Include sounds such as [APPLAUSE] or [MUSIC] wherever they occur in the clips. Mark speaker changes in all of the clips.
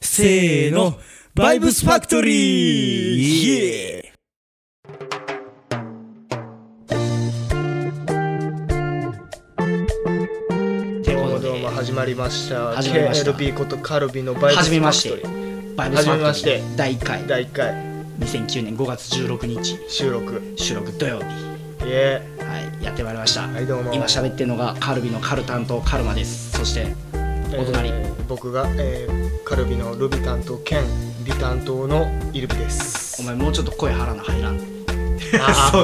Speaker 1: せーの、バイブスファクトリーイエ
Speaker 2: どうもどうも始まりました
Speaker 3: 始まりました
Speaker 2: KLB ことカルビのバイブ
Speaker 3: は
Speaker 2: ス
Speaker 3: じめ
Speaker 2: ファ
Speaker 3: ま
Speaker 2: ク
Speaker 3: し
Speaker 2: ト
Speaker 3: て
Speaker 2: リー
Speaker 3: バイブスファクトリー
Speaker 2: はじめまして
Speaker 3: 第1回
Speaker 2: 第1回
Speaker 3: 2009年5月16日
Speaker 2: 収録
Speaker 3: 収録土曜日
Speaker 2: イエ
Speaker 3: はいやってまいりました、
Speaker 2: はいどうも
Speaker 3: 今喋ってるのがカルビのカル担当カルマですそして
Speaker 2: ー
Speaker 3: お隣、
Speaker 2: えー僕が、えーカルビのルビ担当兼ビ担当のイルビです
Speaker 3: お前もうちょっと声張らな入らん
Speaker 2: あ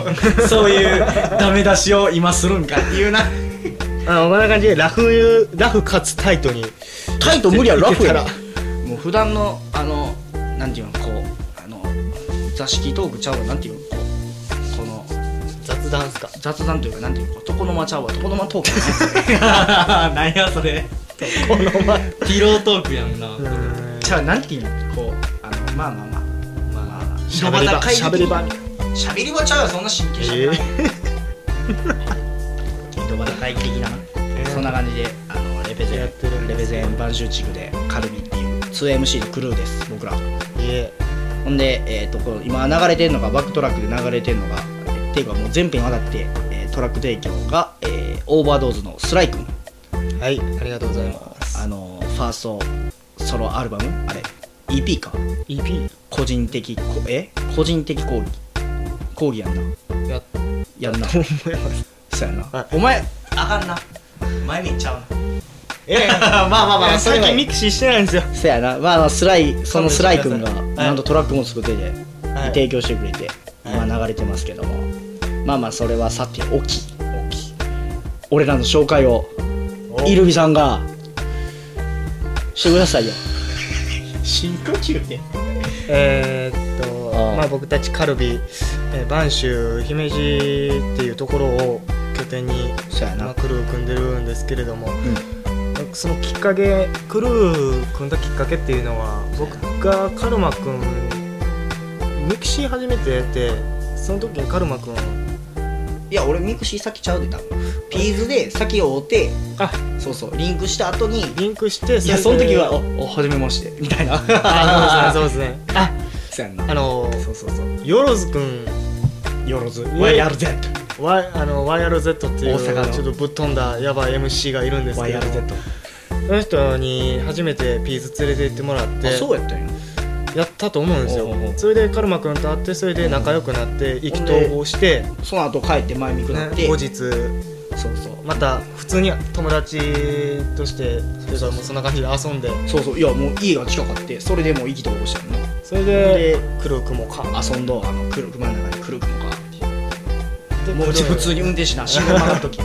Speaker 2: ー [LAUGHS]
Speaker 3: そういうダメ出しを今するんかっていうな
Speaker 2: あのこんな感じでラフラフかつタイトに
Speaker 3: タイト無理やろラフや
Speaker 2: い
Speaker 3: ろ
Speaker 2: け
Speaker 3: もう普段のあのなんていうのこうあの座敷トークちゃうわなんていうのこうこの
Speaker 2: 雑談っすか
Speaker 3: 雑談というかなんていうの床の間ちゃうわ床の間トーク
Speaker 2: [LAUGHS]
Speaker 3: やななんやそ [LAUGHS] れ
Speaker 2: この前
Speaker 4: ピロートークやんな。
Speaker 3: じゃあなんていうのこうあのまあまあまあまあまあ
Speaker 2: しゃべり場しゃべり場
Speaker 3: しゃべり場ちゃうよそんな神経しゃべらない、井戸端会議的な、そんな感じであのレペゼ
Speaker 2: やってるん
Speaker 3: ン
Speaker 2: で
Speaker 3: レペゼン播州地区でカルビっていう 2MC のクルーです僕ら
Speaker 2: イエ
Speaker 3: ほんで、えー、とこう今流れてるのがバックトラックで流れてるのがっていうかもう全編わたって、えートラック提供が、えーオーバードーズのスライ君
Speaker 2: はいありがとうございます
Speaker 3: あのファーストソロアルバムあれ EP か
Speaker 2: EP
Speaker 3: 個人的こえ個人的講義講義やんな
Speaker 2: やっ
Speaker 3: やんな
Speaker 2: と思います
Speaker 3: そうやな、
Speaker 2: はい
Speaker 3: お前あかんな前見ちゃう
Speaker 2: いやまあまあまあ最近ミクシーしてないんですよ
Speaker 3: なそうやなまああのスライそのスライ君が
Speaker 2: 勘弁してください
Speaker 3: なんとトラックも作ってて、
Speaker 2: はい
Speaker 3: 提供してくれて、
Speaker 2: はい
Speaker 3: まあ流れてますけどもまあまあそれはさておき俺らの紹介を
Speaker 2: お
Speaker 3: イルビさん
Speaker 2: [LAUGHS]
Speaker 3: がしてくださいよ
Speaker 2: 深呼吸でえーっと
Speaker 3: ああ
Speaker 2: まあ僕たちカルビ、えー、播州姫路っていうところを拠点に、
Speaker 3: そうやな
Speaker 2: まあ、クルー組んでるんですけれども、そのきっかけクルー組んだきっかけっていうのは僕がカルマくんミクシー初めてやってその時にカルマくん
Speaker 3: いや俺ミクシー先ちゃうで多分ピーズで先を追って
Speaker 2: あ
Speaker 3: そうそうリンクした後に
Speaker 2: リンクして
Speaker 3: いやその
Speaker 2: れ
Speaker 3: 時
Speaker 2: で
Speaker 3: はおお初めましてみたいな
Speaker 2: あそうですねそうですねあ
Speaker 3: そうやんな
Speaker 2: あの
Speaker 3: そうそうそう
Speaker 2: よろずくん
Speaker 3: よろず
Speaker 2: ね
Speaker 3: YRZ
Speaker 2: Y あの YRZ っていう
Speaker 3: 大阪の
Speaker 2: ちょっとぶっ飛んだやばい MC がいるんですけど
Speaker 3: YRZ
Speaker 2: その人に初めてピース連れて行ってもらって
Speaker 3: あそうやったんや
Speaker 2: やったと思うんですよ
Speaker 3: おうおう
Speaker 2: それでカルマ君と会ってそれで仲良くなって意気投合して、ね、
Speaker 3: その後帰って前見くなって、
Speaker 2: 後日
Speaker 3: そうそう
Speaker 2: また普通に友達としてそれからもうそんな感じで遊んで
Speaker 3: そうそういやもう家が近かってそれでもう意気投合したよな
Speaker 2: それで黒雲か
Speaker 3: 遊んどあの黒熊の中に黒雲かって
Speaker 2: で
Speaker 3: もううち普通に運転しな信号曲がる [LAUGHS] 時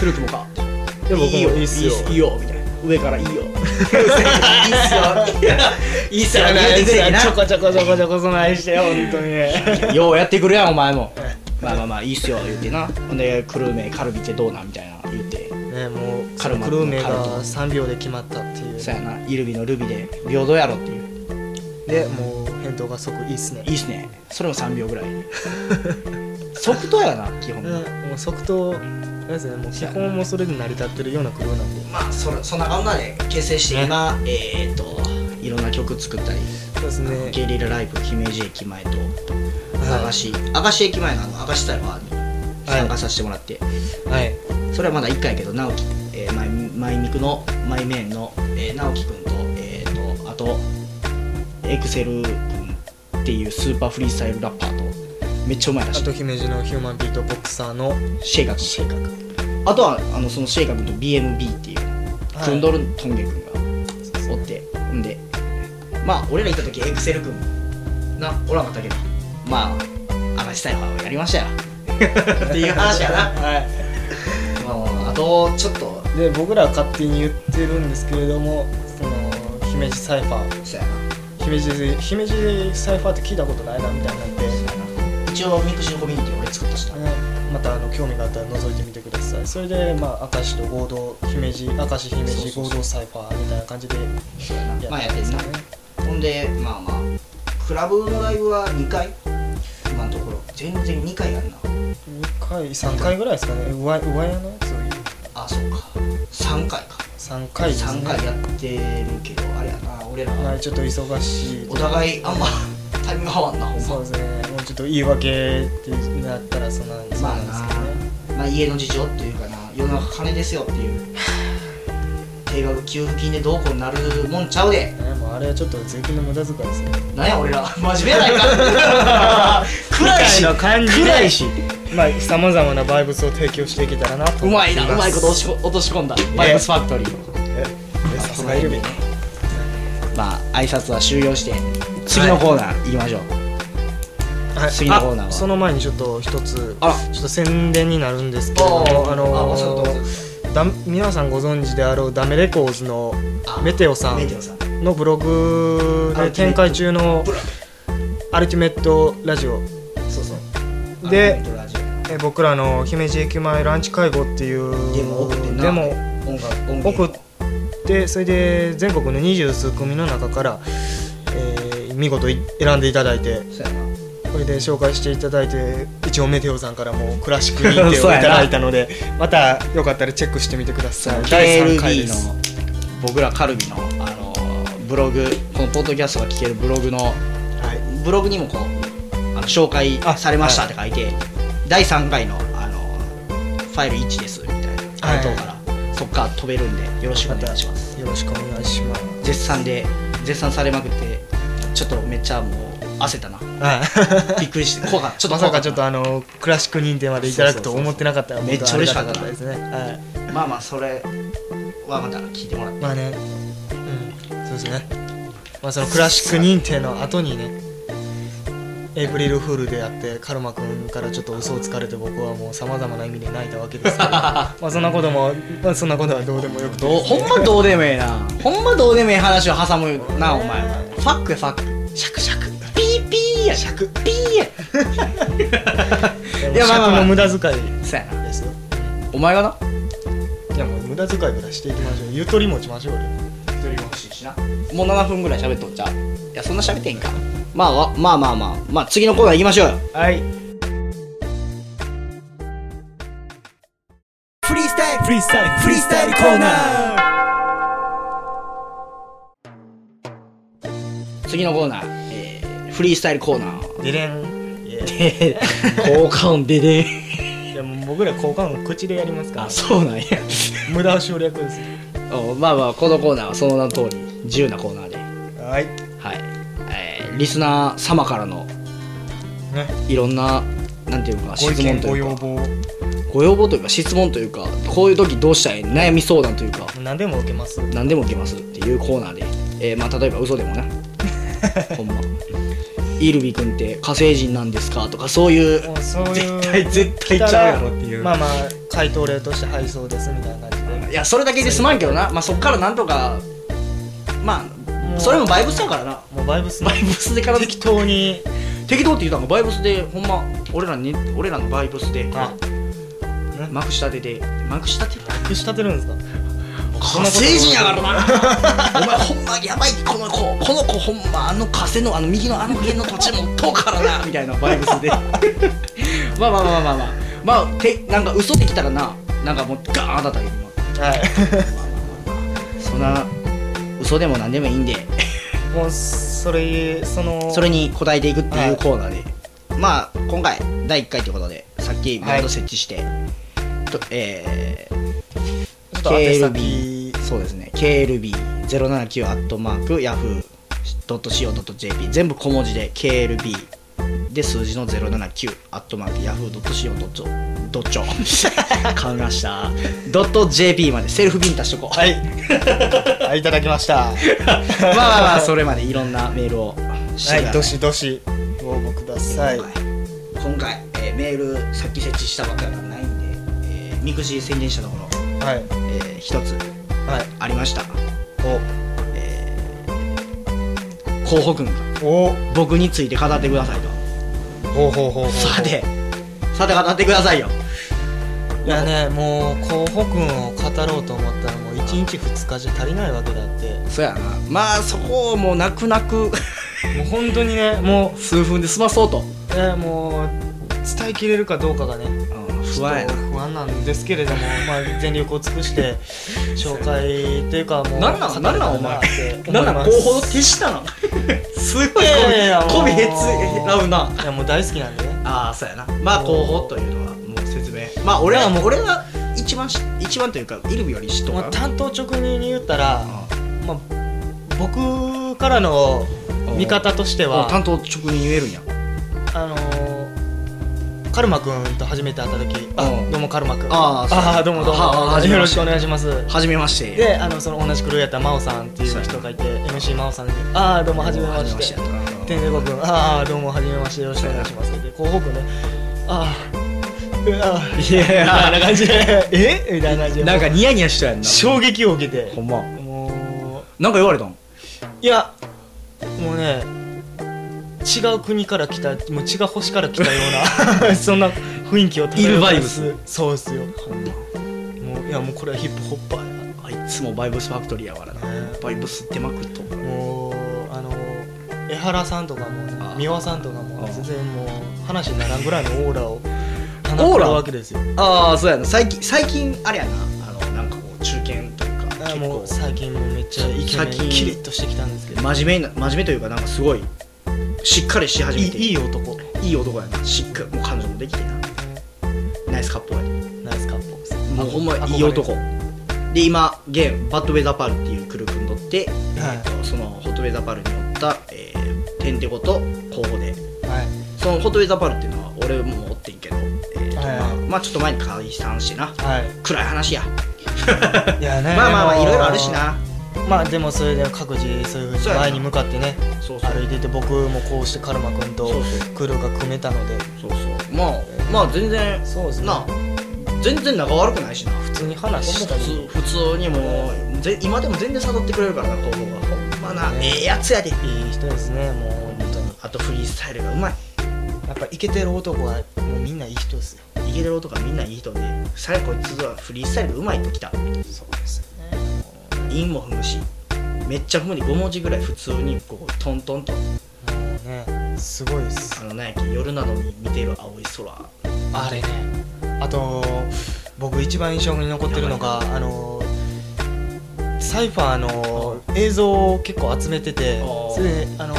Speaker 3: 黒雲かって
Speaker 2: で僕も
Speaker 3: いいよい
Speaker 2: いい
Speaker 3: い
Speaker 2: っ
Speaker 3: っ
Speaker 2: す
Speaker 3: す
Speaker 2: よ
Speaker 3: よいいよみたいな上からいいよいいっすよいいっすよ言うてくれへんな
Speaker 2: ちょこちょこちょこちょこそないしてよ本当にね
Speaker 3: ようやってくるやんお前もまあまあまあいいっすよ言ってなほんでクルーメカルビってどうなんみたいな言って
Speaker 2: ねもう
Speaker 3: カルマ
Speaker 2: 黒目
Speaker 3: カルマ
Speaker 2: が3秒で決まったっていう
Speaker 3: そやなイルビのルビで平等やろっていう
Speaker 2: でもう返答が即いいっすね
Speaker 3: いいっすねそれも3秒ぐらい即答やな基本、
Speaker 2: うん、もう即答なんですねもう基本もそれで成り立ってるような苦労なんで
Speaker 3: まあそれそんな女で結成して今、えっ、といろんな曲作ったり
Speaker 2: そうですね
Speaker 3: ゲリラライブ姫路駅前と明石、明石駅前のあの明石タイバーに参加させてもらって、
Speaker 2: はい
Speaker 3: それはまだ1回やけど直樹、えー、マイマイミクのマイメンの、えー、直樹くんと,、えー、とあとエクセルくんっていうスーパーフリースタイルラッパーとめっちゃうまいら
Speaker 2: あ
Speaker 3: し
Speaker 2: と姫路のヒューマンビートボクサーの
Speaker 3: いシェイカクシェイカあとはあのそのシェイカ君と BMB っていう、
Speaker 2: はい
Speaker 3: クンドルトンゲ君がおってほんでまあ俺ら行った時エクセル君なおらんかったけどまあ明石タイバーをやりましたよ
Speaker 2: [LAUGHS]
Speaker 3: っていう話やな、まあまあまああとちょっと
Speaker 2: で僕らは勝手に言ってるんですけれどもその姫路サイファー
Speaker 3: そうやな
Speaker 2: 姫路姫路サイファーって聞いたことないなみたいになって、
Speaker 3: 一応ミクシーのコミュニティ俺作ったしな
Speaker 2: ねまたあの興味があったら覗いてみてくださいそれでまあ明石と合同姫路明石姫
Speaker 3: そうそう
Speaker 2: 路
Speaker 3: そう
Speaker 2: 合同サイファーみたいな感じでや
Speaker 3: まあやっ
Speaker 2: っ
Speaker 3: ててん
Speaker 2: るんです
Speaker 3: な
Speaker 2: かね
Speaker 3: ほんでまあまあクラブのライブは2回今のところ全然2回やんな
Speaker 2: 2回3回ぐらいですかね上上屋のやつを
Speaker 3: あそうか3回か
Speaker 2: 3回ですね
Speaker 3: 3回やってるけどあれややな俺ら
Speaker 2: まあちょっと忙しい
Speaker 3: お互いあんまタイミング合わんなほん
Speaker 2: そう
Speaker 3: ま
Speaker 2: ですねもうちょっと言い訳ってなったらそんなそう
Speaker 3: まあ
Speaker 2: なんですけどね
Speaker 3: なまあ家の事情っていうかな世の中金ですよっていう定額給付金でどうこうなるもんちゃうで
Speaker 2: ねもうあれはちょっと税金の無駄遣いですね
Speaker 3: なんや俺ら真面目やないか
Speaker 2: [LAUGHS]
Speaker 3: 暗いし
Speaker 2: みたな感じ
Speaker 3: 暗い
Speaker 2: しまあさまざまなバイブスを提供していけたらなと
Speaker 3: う
Speaker 2: 思っ
Speaker 3: まい
Speaker 2: てい
Speaker 3: なうまいこと落としこ落とし込んだバイブスファクトリー
Speaker 2: ええさすがイルビン
Speaker 3: まあ挨拶は終了して次のコーナー行きましょう
Speaker 2: はい
Speaker 3: 次のコーナーは
Speaker 2: あその前にちょっと一つ
Speaker 3: あら
Speaker 2: ちょっと宣伝になるんですけれどもあの
Speaker 3: そう
Speaker 2: ーだ皆さんご存知であろうダメレコーズの
Speaker 3: あ
Speaker 2: メテオさ
Speaker 3: メ
Speaker 2: ん
Speaker 3: テオさん
Speaker 2: のブログで展開中の
Speaker 3: ブラ
Speaker 2: アルティメットラジオ
Speaker 3: そうそう
Speaker 2: で
Speaker 3: あのメトロラジオ
Speaker 2: え僕らの姫路駅前ランチ会合っていう
Speaker 3: デモ送ってんな
Speaker 2: デモ
Speaker 3: 音楽音源
Speaker 2: 送ってそれで全国の二十数組の中から、えー見事い選んでいただいて
Speaker 3: そうやな
Speaker 2: これで紹介していただいて一応メテオさんからもクラシック認定 [LAUGHS] をいただいたのでまたよかったらチェックしてみてください第3回で
Speaker 3: KLB
Speaker 2: す
Speaker 3: の僕らカルビのあのブログこのポッドキャストが聞けるブログの
Speaker 2: はい
Speaker 3: ブログにもこうあの紹介
Speaker 2: あ
Speaker 3: されましたって書いて、第3回のあのファイル1ですみたいな回答から、そっから飛べるんでよろしくお
Speaker 2: また
Speaker 3: 願いします
Speaker 2: よろしくお願いします
Speaker 3: 絶賛で絶賛されまくってちょっとめっちゃもう焦ったな
Speaker 2: はい
Speaker 3: びっくりして怖かったちょっと
Speaker 2: まさ
Speaker 3: 怖か
Speaker 2: かちょっ
Speaker 3: な
Speaker 2: とあのクラシック認定までいただくと思ってなかったら
Speaker 3: そうそうそうそう
Speaker 2: 本当ありがたですねはい
Speaker 3: まあまあそれはまた聞いてもらって
Speaker 2: まあね、うん、そうですね。まあそのクラシック認定の後にね、エイプリルフールであって、カルマ君からちょっと嘘をつかれて、僕はもうさまざまな意味で泣いたわけです
Speaker 3: [LAUGHS]
Speaker 2: けど、まあそんなことも、まあそんなことはどうでもよくて、
Speaker 3: どうほんまどうでもええなほんまどうでもええ話を挟むなお前はファックやファックシャクシャクピーピーやシャクピー [LAUGHS] やいやまあまあ
Speaker 2: 尺の
Speaker 3: ま
Speaker 2: 無
Speaker 3: あ
Speaker 2: 駄遣い
Speaker 3: そうやな
Speaker 2: ですよ。
Speaker 3: お前がない
Speaker 2: やもう無駄遣いぐらいしていきましょう。ゆとり持ちましょうよ。
Speaker 3: 一人欲しいしなもう7分ぐらい喋っとっちゃういやそんな喋ってへんかまあわまあまあまあまあ次のコーナー行きましょうよ
Speaker 2: はい。
Speaker 1: フリースタイルフリースタイルフリースタイルコーナー
Speaker 3: 次のコーナー、えー、フリースタイルコーナー
Speaker 2: でれん。いや
Speaker 3: 効果音でで
Speaker 2: いやもう僕ら交換を口でやりますか
Speaker 3: [LAUGHS]
Speaker 2: ら
Speaker 3: あ、そうなんや
Speaker 2: 無駄を省略ですよ。
Speaker 3: おまあまあこのコーナーはその名の通り自由なコーナーで
Speaker 2: はい。
Speaker 3: はい、えーリスナー様からの
Speaker 2: ね、
Speaker 3: いろんななんていうか
Speaker 2: ご
Speaker 3: 質
Speaker 2: 意
Speaker 3: 問
Speaker 2: 見
Speaker 3: と
Speaker 2: ご
Speaker 3: いう
Speaker 2: 要
Speaker 3: か
Speaker 2: 望
Speaker 3: ご要望というか質問というかこういう時どうしたい悩み相談というか
Speaker 2: 何でも受けます。
Speaker 3: 何でも受けますっていうコーナーで、えーまあ、例えば嘘でも
Speaker 2: [LAUGHS]
Speaker 3: なほんま「イルビ君って火星人なんですか?」とかそういう
Speaker 2: もうそういう
Speaker 3: 絶対絶対ちゃうやろっていう
Speaker 2: まあまあ回答例として配送ですみたいな感じで
Speaker 3: いやそれだけで済まんけどな、まあ、そっからなんとかまあそれもバイブスだからな
Speaker 2: もうバイブス
Speaker 3: バイブスでから
Speaker 2: 適当に
Speaker 3: 適当って言ったのがバイブスでほんま俺らに俺らのバイブスで
Speaker 2: あ
Speaker 3: マク下手でマク下手って
Speaker 2: くし立てるんですか
Speaker 3: 火星人やからなお前ほんまやばいこの子この子ほんまあの火星のあの右のあの辺の土地もとうからなみたいなバイブスで [LAUGHS] まあまあまあまあまあまあまあてなんか嘘できたらななんかもうガーンだったけど今
Speaker 2: は
Speaker 3: そんな嘘でも何でもいいんで
Speaker 2: いもうそれその
Speaker 3: それに答えていくって
Speaker 2: はいいう
Speaker 3: コーナーで、まあ今回第1回ということでさっきバンド設置して、とえー
Speaker 2: ちょっと宛
Speaker 3: KLB
Speaker 2: 先
Speaker 3: そうですね KLB079 アットマーク Yahoo.co.jp 全部小文字で KLB で数字の079アットマーク Yahoo.co.jp ドッチ
Speaker 2: [LAUGHS]
Speaker 3: ョ買いましたドット .jp までセルフビン足しとこう、
Speaker 2: はいはいいただきました
Speaker 3: まあまあまあそれまでいろんなメールをして
Speaker 2: はい
Speaker 3: くだ
Speaker 2: ど
Speaker 3: さい
Speaker 2: しどしご応募ください
Speaker 3: 今回今回、えーメールさっき設置したばっかりはないんで、えー、ミクシー宣伝したところ、
Speaker 2: はい
Speaker 3: えー、一つ
Speaker 2: はい
Speaker 3: ありました候補君が
Speaker 2: おお
Speaker 3: 僕について語ってくださいと
Speaker 2: ほうほうほうほう
Speaker 3: さてさて語ってくださいよ
Speaker 2: いやねもう候補君を語ろうと思ったらもう1日2日じゃ足りないわけだって
Speaker 3: そやなまあそこをもう泣く泣く
Speaker 2: もう本当にねもう
Speaker 3: 数分で済まそうと、
Speaker 2: えーもう伝えきれるかどうかがね
Speaker 3: うん、不安やな
Speaker 2: ちょっと不安なんですけれども、まあ、全力を尽くして紹介っていうかもう
Speaker 3: なんなんなんなんお前
Speaker 2: な
Speaker 3: なんん
Speaker 2: な
Speaker 3: なんん
Speaker 2: い
Speaker 3: 候補の手下なの [LAUGHS] すごいこび
Speaker 2: いやいやいや
Speaker 3: こびへ
Speaker 2: もう
Speaker 3: つらうな
Speaker 2: やもう大好きなんでね
Speaker 3: ああそうやなまあ候補というのはもう説明まあ俺はもう俺は一番し一番というかイルビより知っと
Speaker 2: まあ、
Speaker 3: か
Speaker 2: 担当直入に言ったら、まあ、僕からの見方としては
Speaker 3: 担当直に言えるんや
Speaker 2: あのー、カルマ君と初めて会った時「あ
Speaker 3: うん
Speaker 2: どうもカルマ君
Speaker 3: あーそう
Speaker 2: あーどうもどうも
Speaker 3: あーはじめ
Speaker 2: よろ
Speaker 3: ま
Speaker 2: し
Speaker 3: して
Speaker 2: くお願いします」
Speaker 3: はじめまして
Speaker 2: であのその同じクルーやった真央さんっていう人がいて MC 真央さんで「ああどうもはじめまして」
Speaker 3: はじめまして
Speaker 2: 天然子君ああどうもはじめましてよろしくお願いします」で広報君ね「あーうわー
Speaker 3: いやいや
Speaker 2: みたいな感じで「 [LAUGHS] えみたいな感じで
Speaker 3: なんかニヤニヤしたやんな
Speaker 2: 衝撃を受けて
Speaker 3: ほんま
Speaker 2: も
Speaker 3: なんか言われたん
Speaker 2: ういやもうね違う国から来たもう違う星から来たよう
Speaker 3: [LAUGHS]
Speaker 2: なそんな雰囲気を漂
Speaker 3: いるバイ
Speaker 2: わ
Speaker 3: ブ
Speaker 2: す
Speaker 3: ス
Speaker 2: そうっすよもういやもうこれはヒップホッパーや
Speaker 3: あいつもバイブスファクトリーやからなバイブスってまくっと
Speaker 2: もうあの江原さんとかもね
Speaker 3: あ
Speaker 2: 三輪さんとかも
Speaker 3: あ
Speaker 2: 全然もう話にならんぐらいのオーラを放って
Speaker 3: オー
Speaker 2: る
Speaker 3: ラ
Speaker 2: わけですよ
Speaker 3: ああそうやな最近最近あれやなあのなんかこう中堅というか
Speaker 2: あ
Speaker 3: 結
Speaker 2: もう
Speaker 3: 構
Speaker 2: 最近もめっちゃイケメン
Speaker 3: 最近
Speaker 2: キリッとしてきたんですけど
Speaker 3: 真面目な真面目というかなんかすごいしっかりし始
Speaker 2: い
Speaker 3: め
Speaker 2: い
Speaker 3: て
Speaker 2: いい男
Speaker 3: いい男やなしっかりもう彼女もできてなナイスカップやで
Speaker 2: ナイスカップです
Speaker 3: もうほんま
Speaker 2: 憧れ
Speaker 3: いい男で今現バッドウェザーパールっていうクルー組んどって、えっとそのホットウェザーパールに乗った、えー、テンテコと候補で
Speaker 2: はい
Speaker 3: そのホットウェザーパールっていうのは俺もおってんけど、えーと
Speaker 2: はい
Speaker 3: まあ、まあちょっと前に解散してな
Speaker 2: はい
Speaker 3: 暗い話や
Speaker 2: いやね
Speaker 3: まあまあまあいろいろあるしな
Speaker 2: まあでもそれで各自そういうふうに
Speaker 3: そうやな
Speaker 2: 前に向かってね
Speaker 3: そうそう
Speaker 2: 歩いていて僕もこうしてカルマ君と
Speaker 3: そうそう
Speaker 2: クルーが組めたので
Speaker 3: そうそうまあまあ全然
Speaker 2: そうですね
Speaker 3: なあ全然仲悪くないしな
Speaker 2: 普通に話したり
Speaker 3: もう普通普通にもうぜ今でも全然誘ってくれるからな候補がほんまな、
Speaker 2: ね
Speaker 3: ええやつやで
Speaker 2: いい人ですねもう本当に
Speaker 3: あとフリースタイルがうまい
Speaker 2: やっぱイケてる男はもうみんないい人ですよ
Speaker 3: イケてる男はみんないい人で最後こいつはフリースタイルがうまいってきた
Speaker 2: そうですね
Speaker 3: 韻も踏むしめっちゃ踏むに5文字ぐらい普通にこうトントンと
Speaker 2: もうねすごいです
Speaker 3: あのなんやっけ夜なのに見てる青い空
Speaker 2: あれねあと僕一番印象に残ってるのがあのサイファーの映像を結構集めてて
Speaker 3: あー
Speaker 2: それであの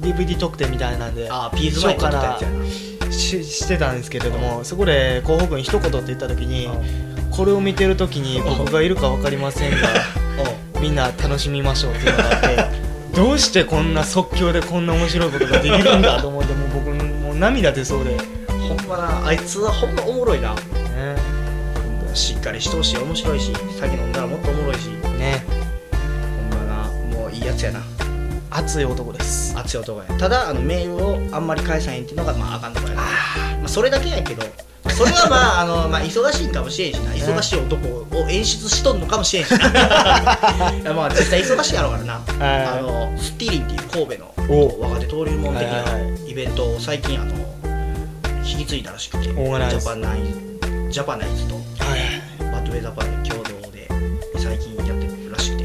Speaker 2: DVD 特典みたいなんで
Speaker 3: ああピーズマイクみたいなやつやな
Speaker 2: ししてたんですけれどもそこで候補君一言って言った時にこれを見てる時に僕がいるか分かりませんが
Speaker 3: [LAUGHS]
Speaker 2: みんな楽しみましょうっていうのがあって。 [LAUGHS] どうしてこんな即興でこんな面白いことができるんだと思ってもう僕もう涙出そうで、ね、
Speaker 3: ほんまなあいつはほんまおもろいなしっかりしてほしい面白いし酒飲んだらもっとおもろいし
Speaker 2: ね
Speaker 3: ほんまなもういいやつやな
Speaker 2: 熱い男です
Speaker 3: 熱い男やただあのメールをあんまり返さへんっていうのがまああかんとこやなまあ、それだけやけどそれはまあ [LAUGHS] あの、まあ、忙しいんかもしれんしな忙しい男を演出しとんのかもしれんしな
Speaker 2: [LAUGHS]
Speaker 3: いやまあ実際忙しいやろうからなあのスッティーリンっていう神戸の
Speaker 2: お
Speaker 3: 若手登竜門的
Speaker 2: はいは
Speaker 3: なイベントを最近あの引き継いだらしくてジ
Speaker 2: オーガナイズ
Speaker 3: ャパナイズジャパナイズと
Speaker 2: はい
Speaker 3: バッドウェザーパーで共同で最近やってるらしくて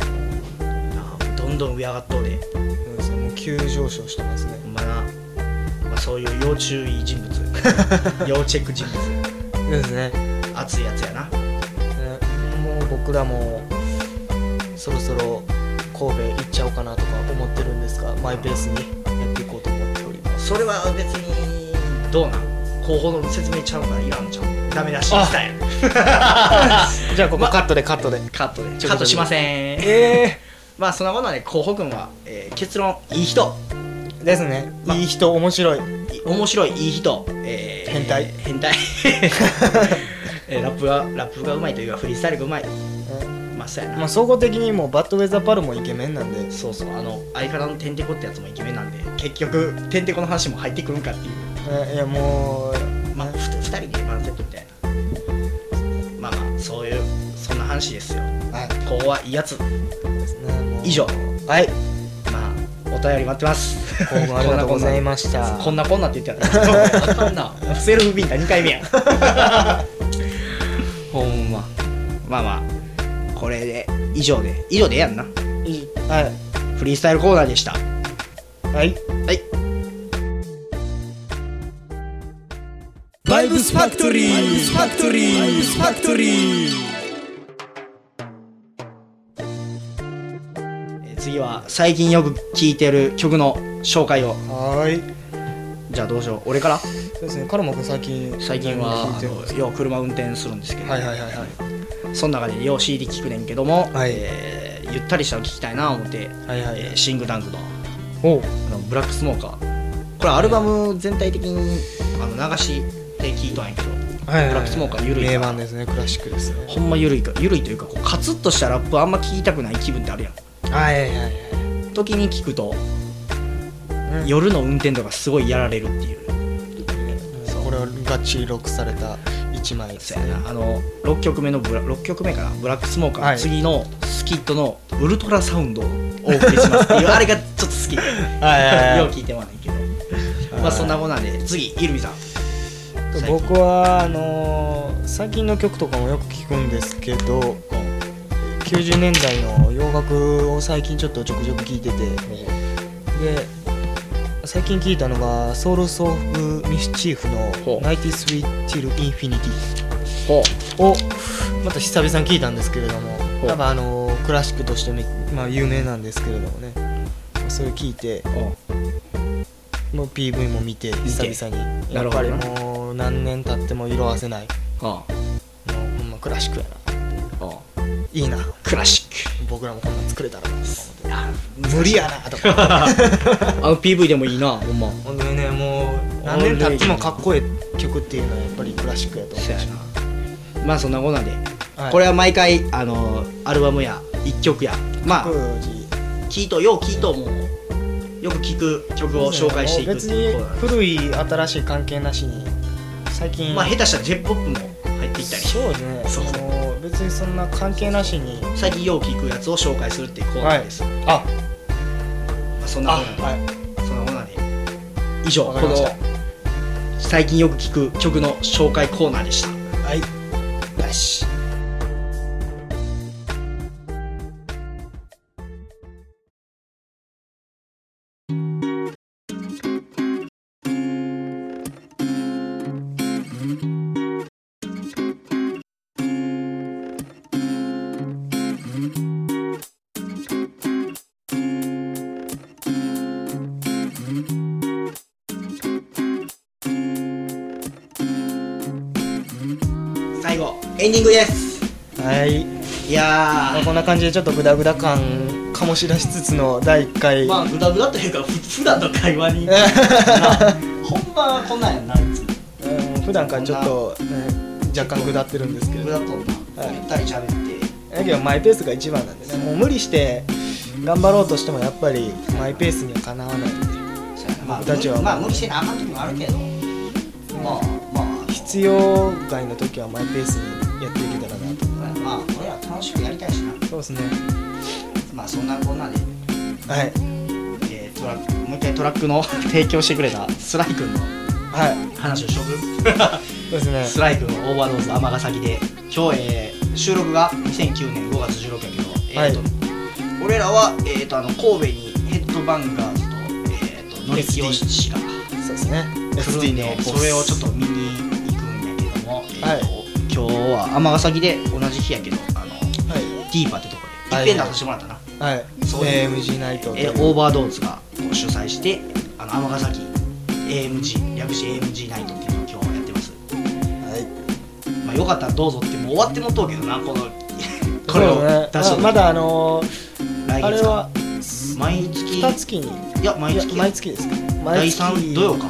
Speaker 3: あーどんどん上上がっとうで
Speaker 2: もう急上昇してますね
Speaker 3: ほんまな、まあ、そういう要注意人物
Speaker 2: [LAUGHS]
Speaker 3: 要チェック人物
Speaker 2: ですね
Speaker 3: 熱いやつやな
Speaker 2: もう僕らもそろそろ神戸行っちゃおうかなとか思ってるんですがマイペースにやっていこうと思っております
Speaker 3: それは別にどうなん後方の説明ちゃうからいらんちゃうダメ出ししたい
Speaker 2: じゃあここ
Speaker 3: ま
Speaker 2: カットでカットで
Speaker 3: カットで
Speaker 2: ちょ
Speaker 3: カットしません
Speaker 2: え
Speaker 3: まあそんなことはね候補君は、えー結論いい人
Speaker 2: えですね
Speaker 3: ま
Speaker 2: いい人面白い
Speaker 3: い面白いいい人、えー
Speaker 2: 変態
Speaker 3: 変
Speaker 2: [LAUGHS]
Speaker 3: 態えーラップがラップがうまいというかフリースタイルがうまいまあそうやな、
Speaker 2: まあ総合的にもうバッドウェザーパルもイケメンなんで
Speaker 3: そうそうあの相方のてんてこってやつもイケメンなんで結局てんてこの話も入ってくるんかっていう
Speaker 2: えいやもう
Speaker 3: まあ、ふ2人で満セットみたいなまあまあそういうそんな話ですよ
Speaker 2: はい
Speaker 3: ここはいいやつ
Speaker 2: ですねもう
Speaker 3: 以上
Speaker 2: はい
Speaker 3: まあお便り待ってます
Speaker 2: 今後ありがとうございました
Speaker 3: [LAUGHS] こんなこんなって言ってや
Speaker 2: [LAUGHS]
Speaker 3: ったこんなセルフビンタ2回目やほんままあまあこれで以上で以上でええやんな
Speaker 2: はい
Speaker 3: フリースタイルコーナーでした
Speaker 2: はい
Speaker 3: はい
Speaker 1: バイブスファクトリーバイブスファクトリーバイブスファクトリー
Speaker 3: えー次は最近よく聴いてる曲の紹介を
Speaker 2: はーい
Speaker 3: じゃあどうしよう俺から
Speaker 2: そうですねカルマ君最近
Speaker 3: 最近は
Speaker 2: 何聴いてるんです
Speaker 3: あのよう車運転するんですけど、
Speaker 2: かはいはいはいはい
Speaker 3: その中でよう CD 聴くねんけども、
Speaker 2: はい
Speaker 3: えーゆったりしたの聴きたいな思って、
Speaker 2: はいはい
Speaker 3: えーシングダンクの
Speaker 2: おう
Speaker 3: あのブラックスモーカーこれアルバム全体的にあの流しで聴いたんやけど、
Speaker 2: はいはいはい
Speaker 3: ブラックスモーカー緩いか
Speaker 2: 名
Speaker 3: ら
Speaker 2: 盤ですねクラシックですね
Speaker 3: ほんま緩いか緩いというかこうカツッとしたラップあんま聴きたくない気分ってあるやん
Speaker 2: はいはいはい
Speaker 3: 時に聞くと、
Speaker 2: うん
Speaker 3: 夜の運転とかすごいやられるっていう
Speaker 2: そうこれはガチロックされた一枚です
Speaker 3: そう
Speaker 2: ね
Speaker 3: やなあの6曲目のブラ6曲目かな「ブラックスモーカー」
Speaker 2: はい
Speaker 3: 次のスキットの「ウルトラサウンド」をお送りしますって
Speaker 2: [LAUGHS]
Speaker 3: いうあれがちょっと好きよ
Speaker 2: はいはいう
Speaker 3: 聞いてもらえんけどまあそんなもんなんで次イルミさん最近
Speaker 2: 僕はあのー最近の曲とかもよく聞くんですけど90年代の洋楽を最近ちょっとちょくちょく聞いててで最近聞いたのがソウル・ソーフ・ミスチーフ
Speaker 3: ほ
Speaker 2: の
Speaker 3: う
Speaker 2: 「ナイティ・スイッチル・インフィニティ
Speaker 3: ほ」
Speaker 2: をまた久々に聞いたんですけれども
Speaker 3: ほう
Speaker 2: 多分あのークラシックとしてめ、まあ、有名なんですけれどもねそれ聞いて
Speaker 3: うほ
Speaker 2: もう PV も見て
Speaker 3: 見て
Speaker 2: 久々に
Speaker 3: な
Speaker 2: や
Speaker 3: る
Speaker 2: っ
Speaker 3: ほ
Speaker 2: ぱ
Speaker 3: ど
Speaker 2: り
Speaker 3: な
Speaker 2: もう何年経っても色褪せないう
Speaker 3: は
Speaker 2: もうほんまクラシックや
Speaker 3: あ
Speaker 2: な
Speaker 3: はあ
Speaker 2: いいな
Speaker 3: クラシッ
Speaker 2: 僕らもこんなん作れたらなとか
Speaker 3: クいや
Speaker 2: 思って無理やなと
Speaker 3: [LAUGHS]
Speaker 2: か
Speaker 3: あの PV でもいいなほんま
Speaker 2: ほんでねもう何年経ってもかっこいい曲っていうのはやっぱりクラシックやと思う
Speaker 3: そう
Speaker 2: し
Speaker 3: やなまあそんなもんなんで、
Speaker 2: はい
Speaker 3: これは毎回あのアルバムや1曲やまあ
Speaker 2: 当時
Speaker 3: 聞いとよう聞いともうよく聞く曲を紹介していくって
Speaker 2: 別
Speaker 3: い
Speaker 2: に
Speaker 3: うことだな
Speaker 2: 古い新しい関係なしに最近
Speaker 3: まあ下手したら J−POP も入っていったり
Speaker 2: そうですね
Speaker 3: そうそう
Speaker 2: もう別にそんな関係なしに
Speaker 3: 最近よう聞くやつを紹介するっていうコーナーです、
Speaker 2: あ
Speaker 3: まあ、そんな
Speaker 2: あ
Speaker 3: もんなんで、
Speaker 2: はい
Speaker 3: そんなもんなんで以上
Speaker 2: わ
Speaker 3: こ
Speaker 2: かり
Speaker 3: の
Speaker 2: ました
Speaker 3: 最近よく聞く曲の紹介コーナーでした
Speaker 2: はい
Speaker 3: よし最後エンディングです
Speaker 2: はい
Speaker 3: いや
Speaker 2: まあ
Speaker 3: ー
Speaker 2: こんな感じでちょっとグダグダ感醸し出しつつの第1回
Speaker 3: まあグダグダというかふ普段の会 [LAUGHS] 話になほんまはこんなんやんないつも
Speaker 2: うん [LAUGHS] 普段からちょっと、ね若干下ってるんですけれ
Speaker 3: グ
Speaker 2: ど
Speaker 3: ダとんな
Speaker 2: はい
Speaker 3: ゆったり喋って
Speaker 2: だけどマイペースが一番なんでねもう無理して頑張ろうとしてもやっぱりマイペースにはかなわない
Speaker 3: そうやなまあ
Speaker 2: 僕たちは
Speaker 3: まあ無理してなあかん時もあるけどまあまあ
Speaker 2: 必要外の時はマイペースにやっていけたらなと
Speaker 3: まあ俺ら楽しくやりたいしな
Speaker 2: そうですね
Speaker 3: まあそんなこんなで、
Speaker 2: はい
Speaker 3: えートラックもう一回トラックの提供してくれたスライ君の
Speaker 2: はい
Speaker 3: 話を処分
Speaker 2: そうです
Speaker 3: ス
Speaker 2: ね
Speaker 3: ライ君オーバードーズ尼崎で今日、えー収録が2009年5月16日やけど、えーと俺らは、えー、とあの神戸にヘッドバンガーズと,、えー、と乗り気をしが
Speaker 2: そうですね
Speaker 3: 来るんでそれをちょっと見に行くんやけども、えーと
Speaker 2: はい
Speaker 3: 今日は尼崎で同じ日やけどあの
Speaker 2: は
Speaker 3: ディーパーってとこで
Speaker 2: はい
Speaker 3: いっぺん出させてもらったな、
Speaker 2: いはい
Speaker 3: そういう
Speaker 2: AMG ナイト
Speaker 3: えーオーバードーズが主催してあの尼崎 AMG 略して AMG ナイトっていうのを今日やってます、
Speaker 2: はい
Speaker 3: まあ、よかったらどうぞってもう終わってもっとうけどなこの [LAUGHS] こ
Speaker 2: そう
Speaker 3: れを
Speaker 2: ね
Speaker 3: 出しと
Speaker 2: ま
Speaker 3: く
Speaker 2: まだあのー
Speaker 3: 来
Speaker 2: あれ
Speaker 3: 月か
Speaker 2: は
Speaker 3: 毎月
Speaker 2: 2月に
Speaker 3: いや毎
Speaker 2: い
Speaker 3: 月
Speaker 2: や毎月ですか
Speaker 3: 第
Speaker 2: 毎月
Speaker 3: 3土曜か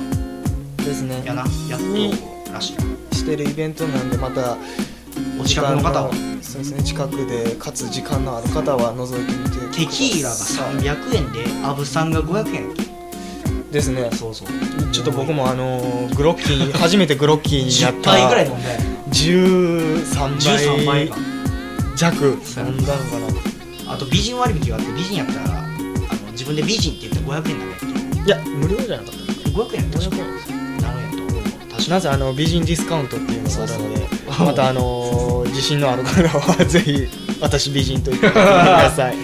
Speaker 2: ですね
Speaker 3: やなやっ
Speaker 2: に
Speaker 3: とらしい
Speaker 2: してるイベントなんでまた
Speaker 3: お近くの方は
Speaker 2: 時間のそうですね近くでかつ時間のある方は覗いてみてくださ
Speaker 3: テ
Speaker 2: い
Speaker 3: キーラが300円でアブさんが500円
Speaker 2: ですね
Speaker 3: そうそう
Speaker 2: ちょっと僕もあのーグロッキー初めてグロッキーになっ
Speaker 3: 10
Speaker 2: た
Speaker 3: 杯ぐらい飲んだよ13
Speaker 2: 13
Speaker 3: 杯
Speaker 2: 倍
Speaker 3: か
Speaker 2: 弱
Speaker 3: そう
Speaker 2: 飲んだのかな
Speaker 3: あと美人割引があって美人やったらあの自分で美人って言って500円だね
Speaker 2: いや無料じゃなかっ
Speaker 3: 500円やった
Speaker 2: た
Speaker 3: らなるんやと思う確か
Speaker 2: なぜあの美人ディスカウントっていうのがあるので
Speaker 3: そうそう
Speaker 2: またあのー自信のある方はぜひ私美人と言ってください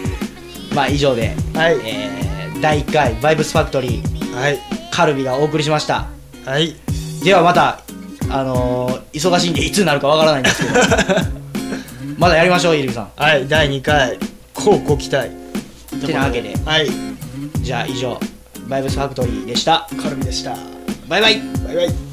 Speaker 3: まあ以上で、
Speaker 2: はい
Speaker 3: えー第1回バイブスファクトリー
Speaker 2: はい
Speaker 3: カルビがお送りしました
Speaker 2: はい
Speaker 3: ではまたあのー忙しいんでいつになるかわからないんです
Speaker 2: [LAUGHS]
Speaker 3: けどまだやりましょうイルミさん
Speaker 2: はい第2回こうご期待
Speaker 3: てなわけで
Speaker 2: はい
Speaker 3: じゃあ以上バイブスファクトリーでした
Speaker 2: カルミでした
Speaker 3: バイバイ
Speaker 2: バイバイ